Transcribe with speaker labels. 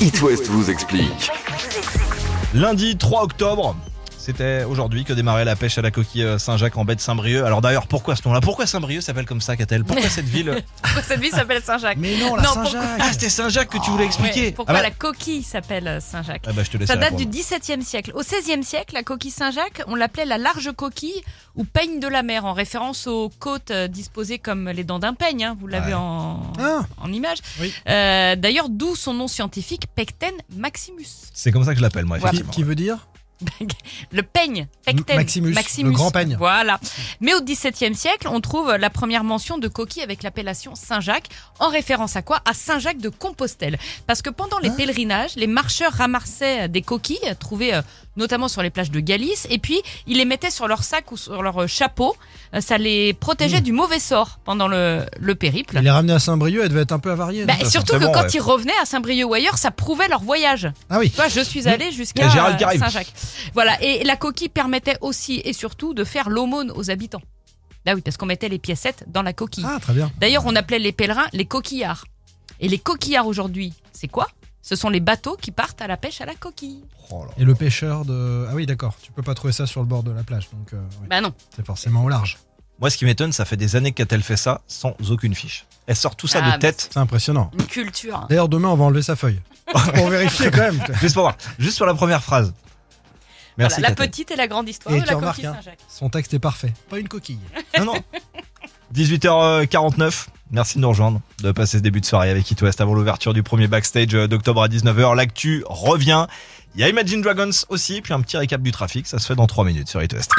Speaker 1: It West vous explique.
Speaker 2: Lundi 3 octobre, c'était aujourd'hui que démarrait la pêche à la coquille euh, Saint-Jacques en baie de Saint-Brieuc. Alors d'ailleurs, pourquoi ce nom-là Pourquoi Saint-Brieuc s'appelle comme ça, Catel Pourquoi cette ville
Speaker 3: Pourquoi cette ville s'appelle Saint-Jacques
Speaker 4: Mais non, la
Speaker 3: Non,
Speaker 4: Saint-Jacques.
Speaker 2: Ah, c'était Saint-Jacques que tu voulais expliquer
Speaker 3: Ouais, Pourquoi
Speaker 2: ah bah,
Speaker 3: la coquille s'appelle euh, Saint-Jacques
Speaker 2: ah bah, je te laisse
Speaker 3: Ça date
Speaker 2: répondre.
Speaker 3: du XVIIe siècle. Au XVIe siècle, la coquille Saint-Jacques, on l'appelait la large coquille ou peigne de la mer, en référence aux côtes euh, disposées comme les dents d'un peigne. hein, vous l'avez
Speaker 2: Ouais.
Speaker 3: en,
Speaker 4: Ah.
Speaker 3: en image.
Speaker 4: Oui.
Speaker 3: Euh, D'ailleurs, d'où son nom scientifique, Pecten maximus.
Speaker 2: C'est comme ça que je l'appelle, moi,
Speaker 4: Qui,
Speaker 2: effectivement.
Speaker 4: qui veut dire
Speaker 3: Le peigne, Pecten
Speaker 4: M- Maximus, le grand peigne.
Speaker 3: Voilà. Mais au XVIIe siècle, on trouve la première mention de coquille avec l'appellation Saint-Jacques, en référence à quoi À Saint-Jacques de Compostelle. Parce que pendant
Speaker 4: Ah.
Speaker 3: les pèlerinages, les marcheurs ramassaient des coquilles, trouvées euh, notamment sur les plages de Galice, et puis ils les mettaient sur leur sac ou sur leur euh, chapeau. Euh, Ça les protégeait du mauvais sort pendant le, le périple.
Speaker 4: Hmm. Il est ramené à Saint-Brieuc, elle devait être un peu avariée.
Speaker 3: Bah,
Speaker 4: non
Speaker 2: ça,
Speaker 3: surtout que
Speaker 2: forcément,
Speaker 3: quand
Speaker 2: ouais.
Speaker 3: ils revenaient à Saint-Brieuc ou ailleurs, ça prouvait leur voyage.
Speaker 4: ah oui.
Speaker 3: Tu vois, je suis allé jusqu'à
Speaker 2: Et Gérald
Speaker 3: euh,
Speaker 2: qui arrive.
Speaker 3: Saint-Jacques. Voilà, et la coquille permettait aussi et surtout de faire l'aumône aux habitants. Là oui, parce qu'on mettait les piécettes dans la coquille.
Speaker 4: Ah, très bien.
Speaker 3: D'ailleurs, on appelait les pèlerins les coquillards. Et les coquillards aujourd'hui, c'est quoi Ce sont les bateaux qui partent à la pêche à la coquille.
Speaker 2: Oh là là.
Speaker 4: Et le pêcheur de. Ah oui, d'accord. Tu peux pas trouver ça sur le bord de la plage. Donc, euh, ouais.
Speaker 3: Bah non.
Speaker 4: c'est forcément au large.
Speaker 2: Moi, ce qui m'étonne, ça fait des années qu'elle fait ça sans aucune fiche. Elle sort tout ça
Speaker 3: Ah,
Speaker 2: de
Speaker 3: mais
Speaker 2: tête.
Speaker 4: C'est impressionnant.
Speaker 3: Une culture. hein.
Speaker 4: D'ailleurs, demain, on va enlever sa feuille. Pour vérifier quand même.
Speaker 2: Juste pour voir. Juste sur la première phrase. Merci.
Speaker 3: Voilà, la
Speaker 2: Catel.
Speaker 3: petite et la grande histoire
Speaker 4: Et
Speaker 3: de
Speaker 4: tu
Speaker 3: la
Speaker 4: remarques,
Speaker 3: coquille
Speaker 4: hein.
Speaker 3: Saint-Jacques.
Speaker 4: Son texte est parfait. Pas une coquille.
Speaker 2: Non, non. 18h49. Merci de nous rejoindre, de passer ce début de soirée avec It West avant l'ouverture du premier backstage euh, d'octobre à 19h. L'actu revient. Il y a Imagine Dragons aussi, puis un petit récap du trafic. Ça se fait dans 3 minutes sur It West.